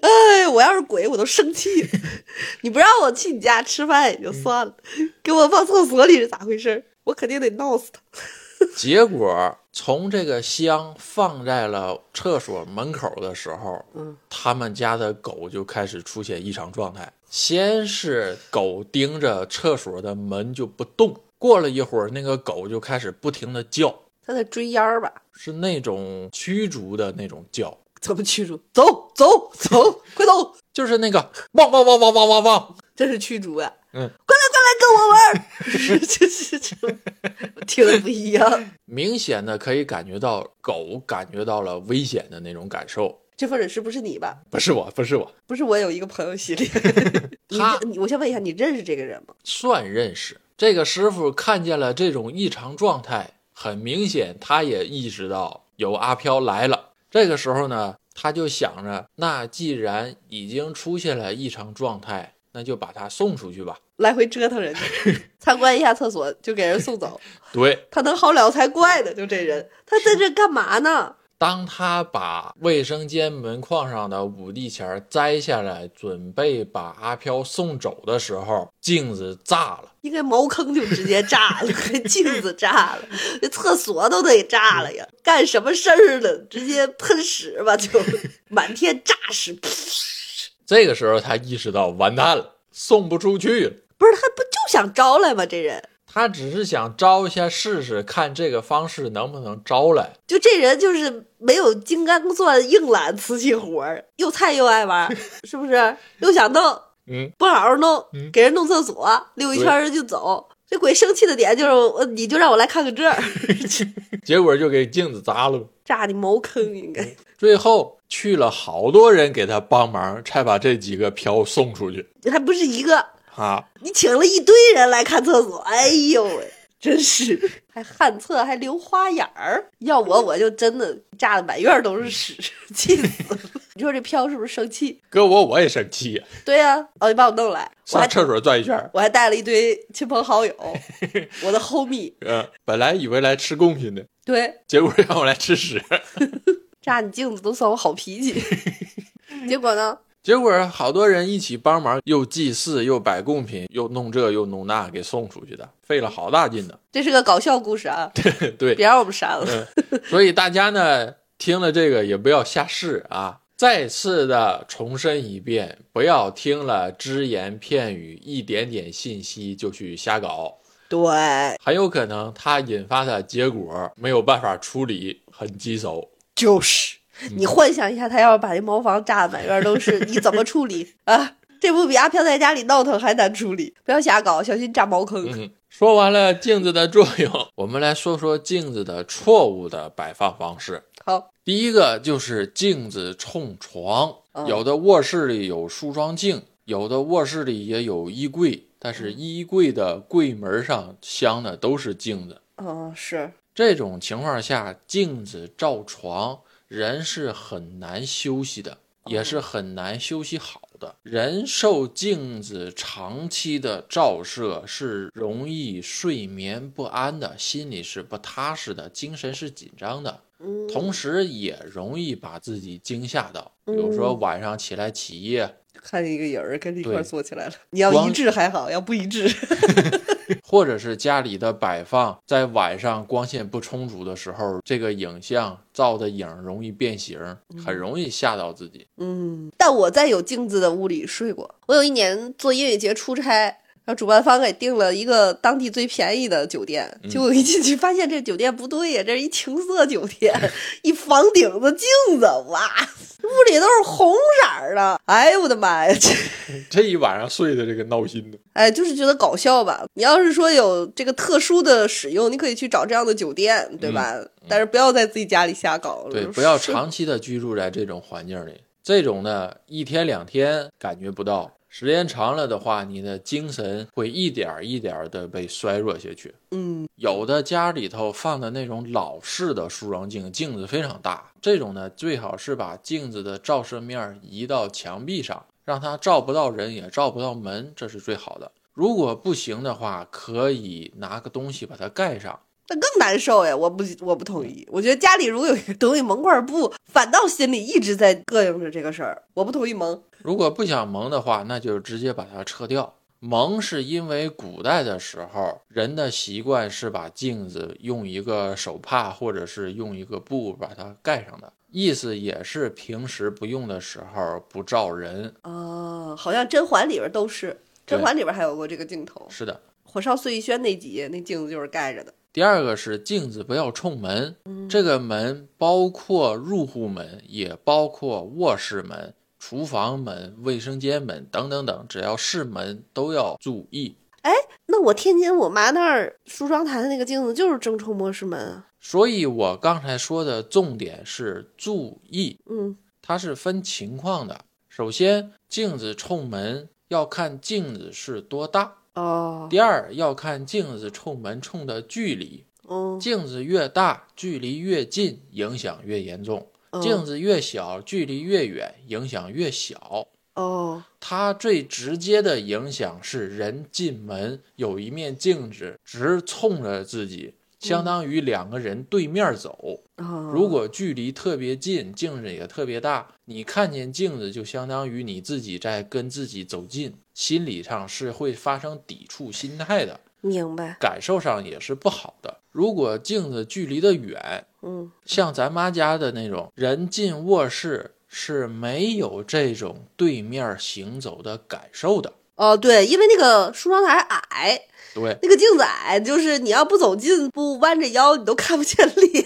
Speaker 1: 哎，我要是鬼，我都生气。你不让我去你家吃饭也就算了，给我放厕所里是咋回事儿？我肯定得闹死他。
Speaker 2: 结果从这个香放在了厕所门口的时候，
Speaker 1: 嗯，
Speaker 2: 他们家的狗就开始出现异常状态。先是狗盯着厕所的门就不动，过了一会儿，那个狗就开始不停的叫，
Speaker 1: 他在追烟儿吧？
Speaker 2: 是那种驱逐的那种叫，
Speaker 1: 怎么驱逐？走走走，快走！
Speaker 2: 就是那个汪汪汪汪汪汪汪。
Speaker 1: 这是驱逐啊！
Speaker 2: 嗯，
Speaker 1: 快来快来跟我玩儿！ 这这这，我听的不一样。
Speaker 2: 明显的可以感觉到狗感觉到了危险的那种感受，
Speaker 1: 这或者是不是你吧？
Speaker 2: 不是我，不是我，
Speaker 1: 不是我有一个朋友系列，你
Speaker 2: 他
Speaker 1: 你我先问一下，你认识这个人吗？
Speaker 2: 算认识。这个师傅看见了这种异常状态，很明显他也意识到有阿飘来了。这个时候呢，他就想着，那既然已经出现了异常状态，那就把他送出去吧。
Speaker 1: 来回折腾人家，参观一下厕所就给人送走，
Speaker 2: 对，
Speaker 1: 他能好了才怪呢。就这人，他在这干嘛呢？
Speaker 2: 当他把卫生间门框上的五帝钱儿摘下来，准备把阿飘送走的时候，镜子炸了。
Speaker 1: 应该茅坑就直接炸了， 镜子炸了，这厕所都得炸了呀！干什么事儿呢？直接喷屎吧，就 满天炸屎。
Speaker 2: 这个时候，他意识到完蛋了，送不出去了。
Speaker 1: 不是他不就想招来吗？这人
Speaker 2: 他只是想招一下试试，看这个方式能不能招来。
Speaker 1: 就这人就是没有金刚钻，硬揽瓷器活儿，又菜又爱 玩儿，是不是？又想弄，
Speaker 2: 嗯，
Speaker 1: 不好好弄，
Speaker 2: 嗯
Speaker 1: 给人弄厕所，溜一圈儿就走。这鬼生气的点就是，我你就让我来看看这儿，
Speaker 2: 结果就给镜子砸了。
Speaker 1: 炸你茅坑应该。
Speaker 2: 最后去了好多人给他帮忙，才把这几个飘送出去。
Speaker 1: 还不是一个，
Speaker 2: 啊，
Speaker 1: 你请了一堆人来看厕所，哎呦喂，真是还旱厕还留花眼儿，要我我就真的炸的满院儿都是屎， 气死了。 你说这飘是不是生气？
Speaker 2: 搁我我也生气呀，
Speaker 1: 对呀、哦，你把我弄来，我还
Speaker 2: 上厕所转一圈儿。
Speaker 1: 我还带了一堆亲朋好 友，我的 homie，
Speaker 2: 嗯，本来以为来吃贡品的，
Speaker 1: 对，
Speaker 2: 结果让我来吃屎。
Speaker 1: 炸你镜子都算我好脾气。结果呢？
Speaker 2: 结果好多人一起帮忙，又祭祀，又摆贡品，又弄这又弄那，给送出去的，费了好大劲呢。
Speaker 1: 这是个搞笑故事啊，
Speaker 2: 对，
Speaker 1: 别让我们删了。
Speaker 2: 所以大家呢听了这个也不要下市啊。再次的重申一遍，不要听了只言片语，一点点信息就去瞎搞，
Speaker 1: 对，
Speaker 2: 很有可能它引发的结果没有办法处理，很棘手。
Speaker 1: 就是你幻想一下，他要是把这茅房炸得满院都是，你怎么处理啊？这不比阿飘在家里闹腾还难处理？不要瞎搞，小心炸茅坑。
Speaker 2: 嗯，说完了镜子的作用，我们来说说镜子的错误的摆放方式。
Speaker 1: 好，
Speaker 2: 第一个就是镜子冲床
Speaker 1: 嗯，
Speaker 2: 有的卧室里有梳妆镜，有的卧室里也有衣柜，但是衣柜的柜门上镶的都是镜子。
Speaker 1: 嗯，是
Speaker 2: 这种情况下，镜子照床，人是很难休息的，也是很难休息好的。人受镜子长期的照射，是容易睡眠不安的，心里是不踏实的，精神是紧张的。
Speaker 1: 嗯
Speaker 2: 同时也容易把自己惊吓到，比如说晚上起来起夜，
Speaker 1: 看见一个影儿跟着一块
Speaker 2: 对
Speaker 1: 儿坐起来了。你要
Speaker 2: 光
Speaker 1: 一致还好，要不一致，
Speaker 2: 或者是家里的摆放在晚上光线不充足的时候，这个影像照的影儿容易变形，很容易吓到自己。
Speaker 1: 嗯，但我在有镜子的屋里睡过。我有一年做英语节出差，然后主办方给订了一个当地最便宜的酒店，
Speaker 2: 嗯
Speaker 1: 结果一进去发现这酒店不对呀，这是一情色酒 店，一房顶子镜子，哇，屋里都是红色儿的，哎呦我的妈呀！这
Speaker 2: 这一晚上睡的这个闹心的，
Speaker 1: 哎，就是觉得搞笑吧。你要是说有这个特殊的使用，你可以去找这样的酒店，对吧？但是不要在自己家里瞎搞了。
Speaker 2: 嗯对，不要长期的居住在这种环境里。这种呢，一天两天感觉不到，时间长了的话，你的精神会一点儿一点的被衰弱下去。
Speaker 1: 嗯，
Speaker 2: 有的家里头放的那种老式的梳妆镜，镜子非常大，这种呢，最好是把镜子的照射面儿移到墙壁上，让它照不到人，也照不到门，这是最好的。如果不行的话，可以拿个东西把它盖上。
Speaker 1: 那更难受哎呀！我不，我不同
Speaker 2: 嗯
Speaker 1: 意。我觉得家里如果有一个东西蒙块布，反倒心里一直在膈应着这个事儿。我不同意蒙。
Speaker 2: 如果不想蒙的话，那就直接把它撤掉。蒙是因为古代的时候，人的习惯是把镜子用一个手帕或者是用一个布把它盖上的，意思也是平时不用的时候不照人。
Speaker 1: 哦，好像《甄嬛》里边都是，《甄嬛》里边还有过这个镜头，《
Speaker 2: 是的。
Speaker 1: 火烧碎玉轩》那集，那镜子就是盖着的。
Speaker 2: 第二个是镜子不要冲门，这个门包括入户门，也包括卧室门、厨房门、卫生间门等等等，只要是门都要注意。
Speaker 1: 那我天津我妈那儿梳妆台的那个镜子就是正冲末世门啊。
Speaker 2: 所以我刚才说的重点是注意，
Speaker 1: 嗯，
Speaker 2: 它是分情况的。首先，镜子冲门要看镜子是多大；
Speaker 1: 哦，
Speaker 2: 第二，要看镜子冲门冲的距离，
Speaker 1: 嗯，
Speaker 2: 镜子越大，距离越近，影响越严重；
Speaker 1: 嗯
Speaker 2: 镜子越小，距离越远，影响越小。
Speaker 1: 哦，
Speaker 2: 它最直接的影响是人进门有一面镜子直冲着自己，相当于两个人对面走。
Speaker 1: 哦
Speaker 2: 如果距离特别近，镜子也特别大，你看见镜子就相当于你自己在跟自己走近，心理上是会发生抵触心态的，
Speaker 1: 明白，
Speaker 2: 感受上也是不好的。如果镜子距离的远，
Speaker 1: 嗯，
Speaker 2: 像咱妈家的那种人进卧室是没有这种对面行走的感受的。
Speaker 1: 哦，对，因为那个梳妆台矮，
Speaker 2: 对，
Speaker 1: 那个镜子矮，就是你要不走近，不弯着腰，你都看不见脸，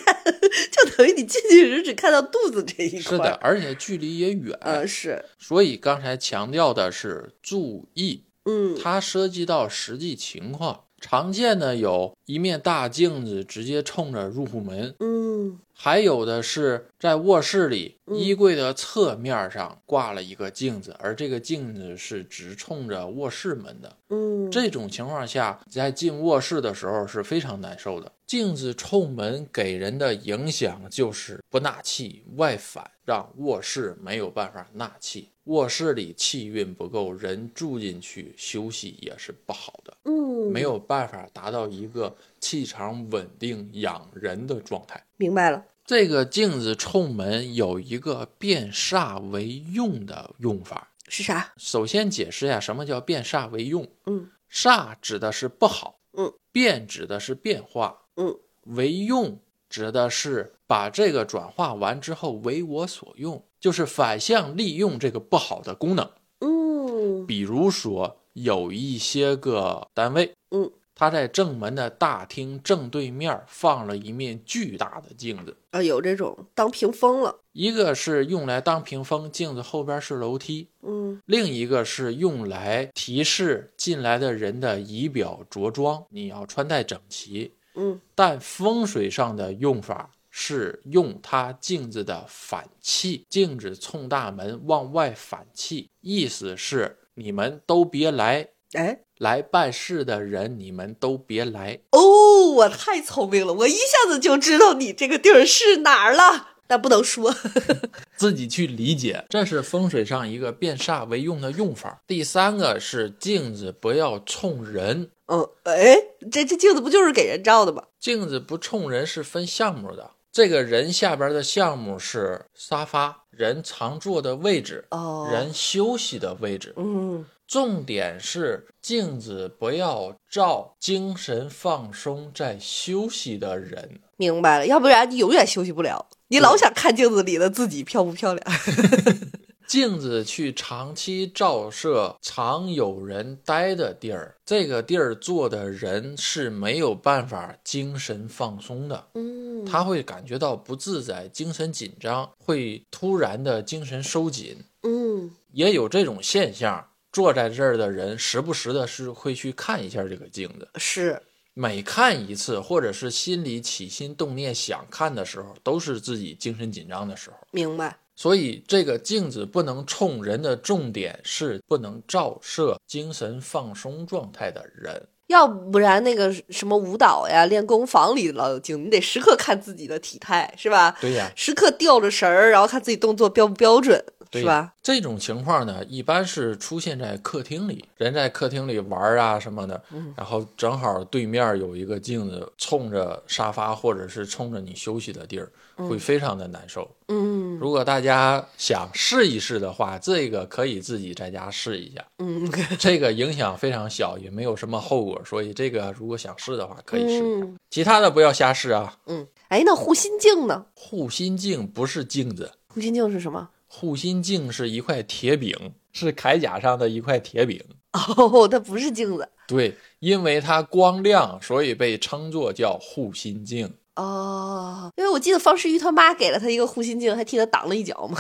Speaker 1: 就等于你进去时只看到肚子这一块。
Speaker 2: 是的，，哎而且距离也远，
Speaker 1: 呃，是，
Speaker 2: 所以刚才强调的是注意。
Speaker 1: 嗯，
Speaker 2: 它涉及到实际情况。常见的有一面大镜子直接冲着入户门，
Speaker 1: 嗯，
Speaker 2: 还有的是在卧室里衣柜的侧面上挂了一个镜子，而这个镜子是直冲着卧室门的。
Speaker 1: 嗯，
Speaker 2: 这种情况下，在进卧室的时候是非常难受的。镜子冲门给人的影响就是不纳气、外反，让卧室没有办法纳气。卧室里气运不够，人住进去休息也是不好的，
Speaker 1: 嗯，
Speaker 2: 没有办法达到一个气场稳定养人的状态。
Speaker 1: 明白了，
Speaker 2: 这个镜子冲门有一个变煞为用的用法，
Speaker 1: 是啥？
Speaker 2: 首先解释一下什么叫变煞为用。
Speaker 1: 嗯，
Speaker 2: 煞指的是不好，
Speaker 1: 嗯，
Speaker 2: 变指的是变化，
Speaker 1: 嗯，
Speaker 2: 为用指的是把这个转化完之后为我所用，就是反向利用这个不好的功能。
Speaker 1: 嗯，
Speaker 2: 比如说有一些个单位，
Speaker 1: 嗯，
Speaker 2: 它在正门的大厅正对面放了一面巨大的镜子。
Speaker 1: 啊，有这种当屏风了，
Speaker 2: 一个是用来当屏风，镜子后边是楼梯，
Speaker 1: 嗯，
Speaker 2: 另一个是用来提示进来的人的仪表着装，你要穿戴整齐。
Speaker 1: 嗯，
Speaker 2: 但风水上的用法是用它镜子的反气，镜子冲大门往外反气，意思是你们都别来，
Speaker 1: 哎。
Speaker 2: 来办事的人你们都别来。
Speaker 1: 哦，我太聪明了，我一下子就知道你这个地儿是哪儿了，但不能说。
Speaker 2: 自己去理解，这是风水上一个变煞为用的用法。第三个是镜子不要冲人，
Speaker 1: 嗯，哎，这这镜子不就是给人照的吗？
Speaker 2: 镜子不冲人是分项目的，这个人下边的项目是沙发，人常坐的位置，
Speaker 1: 哦，
Speaker 2: 人休息的位置。
Speaker 1: 嗯，
Speaker 2: 重点是镜子不要照精神放松在休息的人。
Speaker 1: 明白了，要不然你永远休息不了，你老想看镜子里的自己漂不漂亮。
Speaker 2: 镜子去长期照射常有人待的地儿，这个地儿坐的人是没有办法精神放松的，
Speaker 1: 嗯，
Speaker 2: 他会感觉到不自在、精神紧张，会突然的精神收紧，
Speaker 1: 嗯
Speaker 2: 也有这种现象。坐在这儿的人时不时的是会去看一下这个镜子，
Speaker 1: 是
Speaker 2: 每看一次，或者是心里起心动念想看的时候，都是自己精神紧张的时候。
Speaker 1: 明白，
Speaker 2: 所以，这个镜子不能冲人的重点是不能照射精神放松状态的人。
Speaker 1: 要不然那个什么舞蹈呀、练功房里老有镜，你得时刻看自己的体态，是吧？
Speaker 2: 对呀，
Speaker 1: 时刻吊着神儿，然后看自己动作标不标准，
Speaker 2: 对
Speaker 1: 是
Speaker 2: 呀
Speaker 1: 吧？？
Speaker 2: 这种情况呢，一般是出现在客厅里，人在客厅里玩儿啊什么的，
Speaker 1: 嗯
Speaker 2: 然后正好对面有一个镜子冲着沙发或者是冲着你休息的地儿，会非常的难受。
Speaker 1: 嗯
Speaker 2: 如果大家想试一试的话，这个可以自己在家试一下。
Speaker 1: 嗯，
Speaker 2: 这个影响非常小，也没有什么后果，所以这个如果想试的话，可以试。
Speaker 1: 嗯
Speaker 2: 其他的不要瞎试啊。
Speaker 1: 嗯，哎，那护心镜呢？
Speaker 2: 护心镜不是镜子，
Speaker 1: 护心镜是什么？
Speaker 2: 护心镜是一块铁饼，是铠甲上的一块铁饼。
Speaker 1: 哦，它不是镜子
Speaker 2: 对，因为它光亮，所以被称作叫护心镜。
Speaker 1: 哦，因为我记得方世玉他妈给了他一个护心镜，还替他挡了一脚嘛。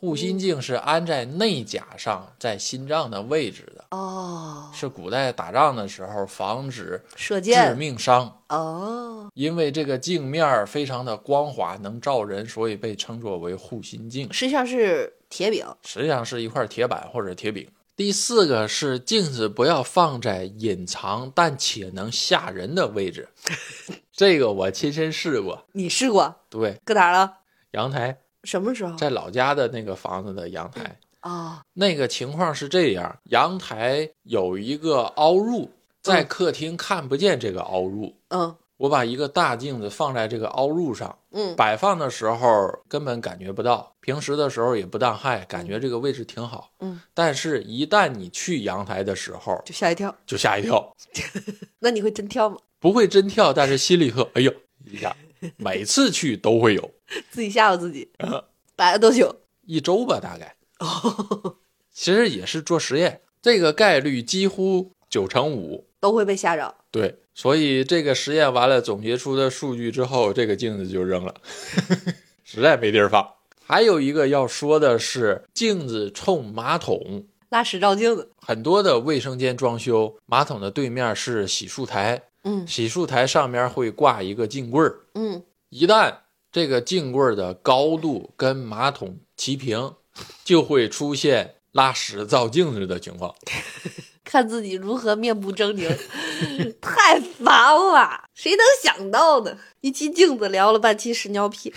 Speaker 2: 护心镜是安在内甲上，在心脏的位置的，
Speaker 1: 哦，
Speaker 2: 是古代打仗的时候防止
Speaker 1: 射
Speaker 2: 致
Speaker 1: 箭
Speaker 2: 命伤。
Speaker 1: 哦，
Speaker 2: 因为这个镜面儿非常的光滑，能照人，所以被称作为护心镜。
Speaker 1: 实际上是铁饼。
Speaker 2: 实际上是一块铁板或者铁饼。第四个是镜子不要放在隐藏但且能吓人的位置， 这个我亲身试过。
Speaker 1: 你试过
Speaker 2: 对，
Speaker 1: 搁哪儿了？
Speaker 2: 阳台
Speaker 1: 什么时候？
Speaker 2: 在老家的那个房子的阳台，
Speaker 1: 哦，
Speaker 2: 那个情况是这样：阳台有一个凹入，在
Speaker 1: 嗯
Speaker 2: 客厅看不见这个凹入。
Speaker 1: 嗯
Speaker 2: 我把一个大镜子放在这个凹入上，
Speaker 1: 嗯
Speaker 2: 摆放的时候根本感觉不到，平时的时候也不当害，感觉这个位置挺好。
Speaker 1: 嗯，
Speaker 2: 但是，一旦你去阳台的时候，
Speaker 1: 就吓一跳。
Speaker 2: 就吓一跳，
Speaker 1: 那你会真跳吗？
Speaker 2: 不会真跳，但是心里头，哎呦一下，每次去都会有
Speaker 1: 自己吓唬自己，
Speaker 2: 呃
Speaker 1: 摆了多久？
Speaker 2: 一周吧，大概。其实也是做实验，这个概率几乎九成五。
Speaker 1: 都会被吓着。
Speaker 2: 对，所以这个实验完了，总结出的数据之后，这个镜子就扔了， 实在没地儿放。还有一个要说的是，镜子冲马桶，
Speaker 1: 拉屎照镜子，
Speaker 2: 很多的卫生间装修，马桶的对面是洗漱台，
Speaker 1: 嗯
Speaker 2: 洗漱台上面会挂一个镜柜儿，
Speaker 1: 嗯，
Speaker 2: 一旦这个镜柜儿的高度跟马桶齐平，就会出现拉屎照镜子的情况。
Speaker 1: 看自己如何面部狰狞， 太烦了，谁能想到呢？一期镜子聊了半期屎尿屁，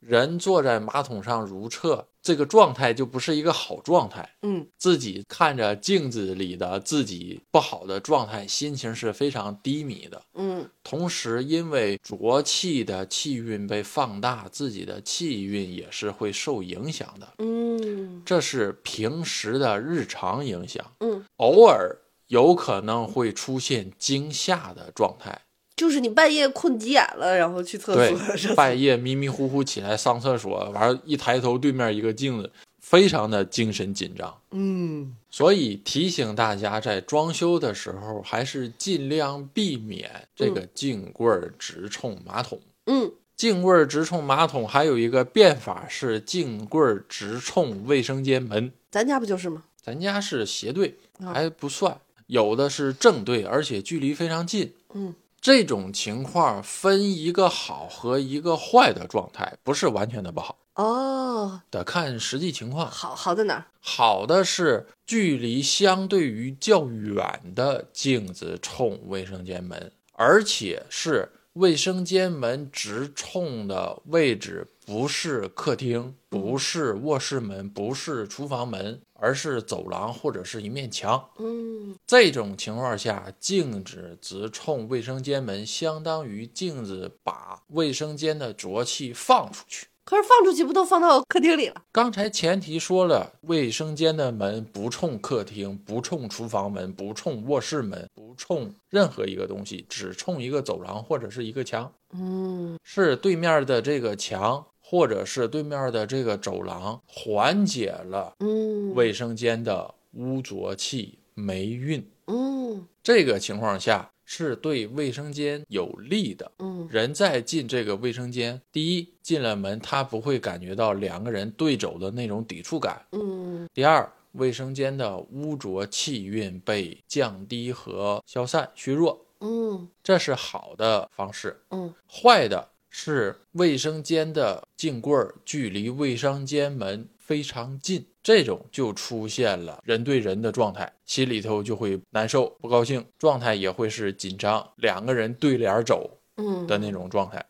Speaker 2: 人坐在马桶上如厕，这个状态就不是一个好状态。
Speaker 1: 嗯，
Speaker 2: 自己看着镜子里的自己不好的状态，心情是非常低迷的。
Speaker 1: 嗯
Speaker 2: 同时，因为浊气的气运被放大，自己的气运也是会受影响的。
Speaker 1: 嗯
Speaker 2: 这是平时的日常影响，
Speaker 1: 嗯，
Speaker 2: 偶尔有可能会出现惊吓的状态。
Speaker 1: 就是你半夜困急眼了，然后去厕
Speaker 2: 对
Speaker 1: 所，是，吧
Speaker 2: 半夜迷迷糊糊起来上厕所，完了一抬头，对面一个镜子，非常的精神紧张。
Speaker 1: 嗯
Speaker 2: 所以提醒大家，在装修的时候，还是尽量避免这个镜柜儿直冲马桶。
Speaker 1: 嗯，
Speaker 2: 镜柜儿直冲马桶还有一个变法是镜柜儿直冲卫生间门。
Speaker 1: 咱家不就是吗？
Speaker 2: 咱家是斜对，
Speaker 1: 啊
Speaker 2: 还不算，有的是正对，而且距离非常近。
Speaker 1: 嗯，
Speaker 2: 这种情况分一个好和一个坏的状态，不是完全的不好，
Speaker 1: 哦，
Speaker 2: 得看实际情况。
Speaker 1: 好好在哪儿？
Speaker 2: 好的是距离相对于较远的镜子冲卫生间门，而且是卫生间门直冲的位置，不是客厅，不是卧室门，不是厨房门，而是走廊或者是一面墙。
Speaker 1: 嗯
Speaker 2: 这种情况下，镜子直冲卫生间门，相当于镜子把卫生间的浊气放出去。
Speaker 1: 可是放出去不都放到客厅里了？
Speaker 2: 刚才前提说了，卫生间的门不冲客厅，不冲厨房门，不冲卧室门，不冲任何一个东西，只冲一个走廊或者是一个墙，
Speaker 1: 嗯
Speaker 2: 是对面的这个墙或者是对面的这个走廊，缓解了
Speaker 1: 嗯
Speaker 2: 卫生间的污浊气霉运。
Speaker 1: 嗯
Speaker 2: 这个情况下是对卫生间有利的。
Speaker 1: 嗯
Speaker 2: 人再进这个卫生间，第一进了门，他不会感觉到两个人对走的那种抵触感；
Speaker 1: 嗯
Speaker 2: 第二，卫生间的污浊气运被降低和消散、虚弱，
Speaker 1: 嗯
Speaker 2: 这是好的方式。
Speaker 1: 嗯
Speaker 2: 坏的是卫生间的镜柜儿距离卫生间门非常近，这种就出现了人对人的状态，心里头就会难受、不高兴，状态也会是紧张，两个人对脸儿走
Speaker 1: 嗯，
Speaker 2: 的那种状态。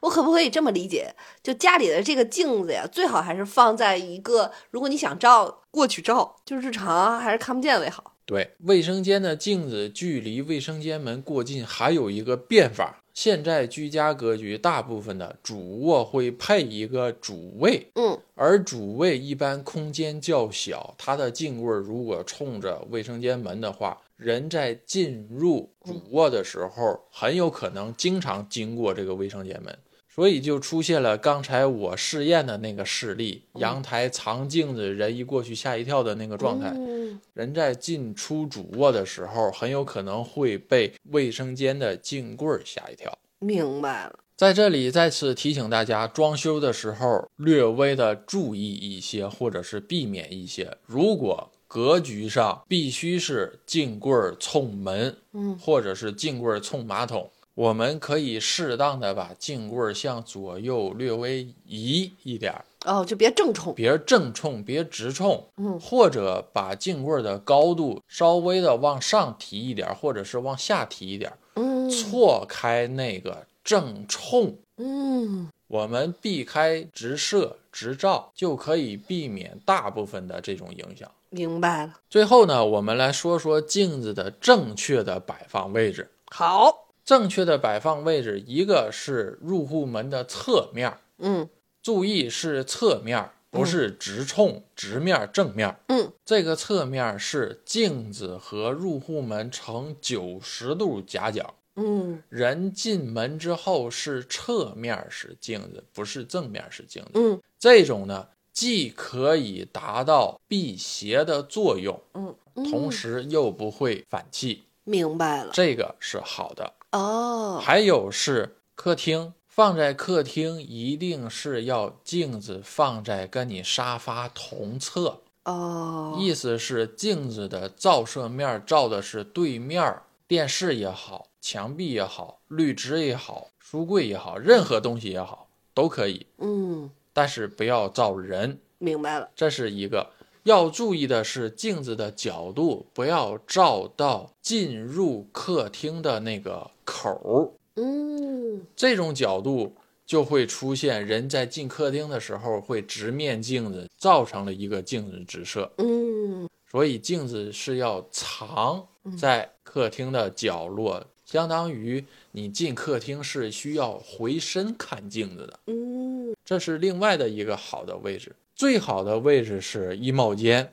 Speaker 1: 我可不可以这么理解？就家里的这个镜子呀，最好还是放在一个，如果你想照过去照，就日常啊还是看不见为好。
Speaker 2: 对，卫生间的镜子距离卫生间门过近，还有一个变法。现在居家格局，大部分的主卧会配一个主卫，
Speaker 1: 嗯
Speaker 2: 而主卫一般空间较小，它的镜柜如果冲着卫生间门的话，人在进入主卧的时候，很有可能经常经过这个卫生间门，所以就出现了刚才我试验的那个事例：阳台藏镜子，人一过去吓一跳的那个状态。
Speaker 1: 嗯
Speaker 2: 人在进出主卧的时候，很有可能会被卫生间的镜柜儿吓一跳。
Speaker 1: 明白了。
Speaker 2: 在这里再次提醒大家，装修的时候略微的注意一些，或者是避免一些。如果格局上必须是镜柜儿冲门，
Speaker 1: 嗯
Speaker 2: 或者是镜柜儿冲马桶，我们可以适当的把镜柜儿向左右略微移一点儿，
Speaker 1: 哦，就别正冲。
Speaker 2: 别正冲，别直冲，
Speaker 1: 嗯
Speaker 2: 或者把镜柜儿的高度稍微的往上提一点儿，或者是往下提一点儿，
Speaker 1: 嗯
Speaker 2: 错开那个正冲。
Speaker 1: 嗯
Speaker 2: 我们避开直射、直照，就可以避免大部分的这种影响。
Speaker 1: 明白了。
Speaker 2: 最后呢，我们来说说镜子的正确的摆放位置。
Speaker 1: 好。
Speaker 2: 正确的摆放位置，一个是入户门的侧面儿，
Speaker 1: 嗯
Speaker 2: 注意是侧面儿，不是直冲、直面儿、正面儿。
Speaker 1: 嗯
Speaker 2: 这个侧面儿是镜子和入户门呈九十度夹角，
Speaker 1: 嗯
Speaker 2: 人进门之后是侧面儿是镜子，不是正面儿是镜子。
Speaker 1: 嗯
Speaker 2: 这种呢，既可以达到辟邪的作用，
Speaker 1: 嗯，
Speaker 2: 同时又不会反气，
Speaker 1: 明白了。
Speaker 2: 这个是好的。
Speaker 1: 哦，
Speaker 2: 还有是客厅，放在客厅一定是要镜子放在跟你沙发同侧，
Speaker 1: 哦，
Speaker 2: 意思是镜子的照射面照的是对面儿电视也好，墙壁也好，绿植也好，书柜也好，任何东西也好都可以，
Speaker 1: 嗯，
Speaker 2: 但是不要照人。
Speaker 1: 明白了。
Speaker 2: 这是一个。要注意的是，镜子的角度不要照到进入客厅的那个口儿，
Speaker 1: 嗯
Speaker 2: 这种角度就会出现人在进客厅的时候会直面镜子，造成了一个镜子直射。
Speaker 1: 嗯
Speaker 2: 所以镜子是要藏在客厅的角落，相当于你进客厅是需要回身看镜子的。
Speaker 1: 嗯，
Speaker 2: 这是另外的一个好的位置。最好的位置是衣帽间，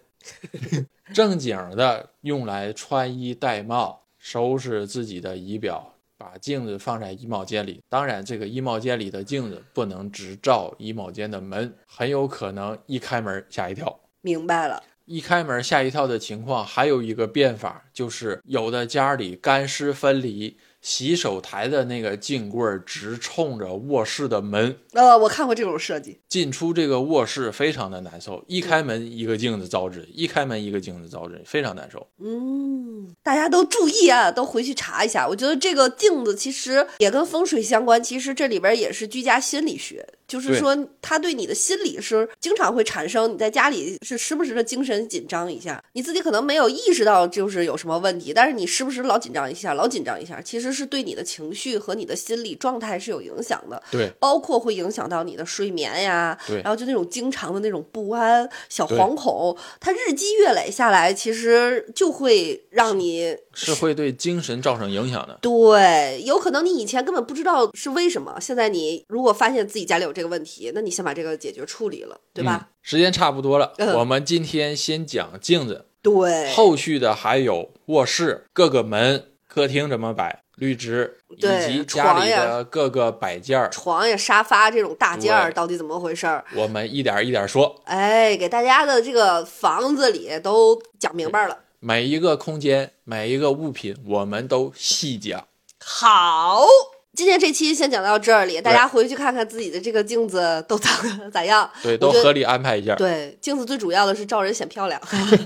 Speaker 2: 正经的用来穿衣戴帽、收拾自己的仪表，把镜子放在衣帽间里。当然，这个衣帽间里的镜子不能直照衣帽间的门，很有可能一开门吓一跳。
Speaker 1: 明白了。
Speaker 2: 一开门吓一跳的情况，还有一个变法，就是有的家里干湿分离，洗手台的那个镜柜儿直冲着卧室的门，
Speaker 1: 呃，我看过这种设计。
Speaker 2: 进出这个卧室非常的难
Speaker 1: 嗯
Speaker 2: 受，一开门一个镜子招致，一开门一个镜子招致，非常难受。
Speaker 1: 嗯，大家都注意啊，都回去查一下。我觉得这个镜子其实也跟风水相关，其实这里边也是居家心理学，就是
Speaker 2: 对
Speaker 1: 说它对你的心理是经常会产生，你在家里是时不时的精神紧张一下，你自己可能没有意识到就是有什么问题，但是你时不时老紧张一下，老紧张一下，其实是对你的情绪和你的心理状态是有影响的。
Speaker 2: 对
Speaker 1: 包括会影响到你的睡眠呀，
Speaker 2: 对
Speaker 1: 然后就那种经常的那种不安、小
Speaker 2: 对
Speaker 1: 惶恐，它日积月累下来，其实就会让你
Speaker 2: 是会对精神造成影响的。
Speaker 1: 对，有可能你以前根本不知道是为什么，现在你如果发现自己家里有这个问题，那你先把这个解决处理了，对吧？
Speaker 2: 嗯时间差不多了，
Speaker 1: 嗯
Speaker 2: 我们今天先讲镜子，
Speaker 1: 对，
Speaker 2: 后续的还有卧室各个门、客厅怎么摆，绿植以
Speaker 1: 对
Speaker 2: 及家
Speaker 1: 床
Speaker 2: 里
Speaker 1: 呀
Speaker 2: 的各个摆件儿，
Speaker 1: 床呀、沙发这种大件儿
Speaker 2: 对
Speaker 1: 到底怎么回事儿？
Speaker 2: 我们一点儿一点儿说。
Speaker 1: 哎，给大家的这个房子里都讲明白了。
Speaker 2: 每一个空间，每一个物品，我们都细讲。
Speaker 1: 好，今天这期先讲到这里，大家回去看看自己的这个镜子都长 咋样。
Speaker 2: 对，
Speaker 1: 我
Speaker 2: 都
Speaker 1: 觉得
Speaker 2: 合理安排一下。
Speaker 1: 对，镜子最主要的是照人显漂亮，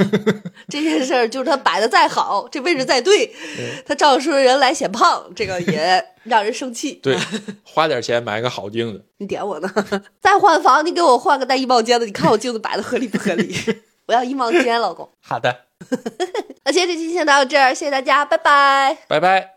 Speaker 1: 这件事儿就是它摆的再好，这位置再对，它照出人来显胖，这个也让人生气。
Speaker 2: 对，花点钱买个好镜子。
Speaker 1: 你点我呢？ 再换房，你给我换个带衣帽间的，你看我镜子摆的合理不合理？ 我要衣帽间，老公。
Speaker 2: 好的，
Speaker 1: 那今天这期先到这儿，谢谢大家，拜拜。
Speaker 2: 拜拜。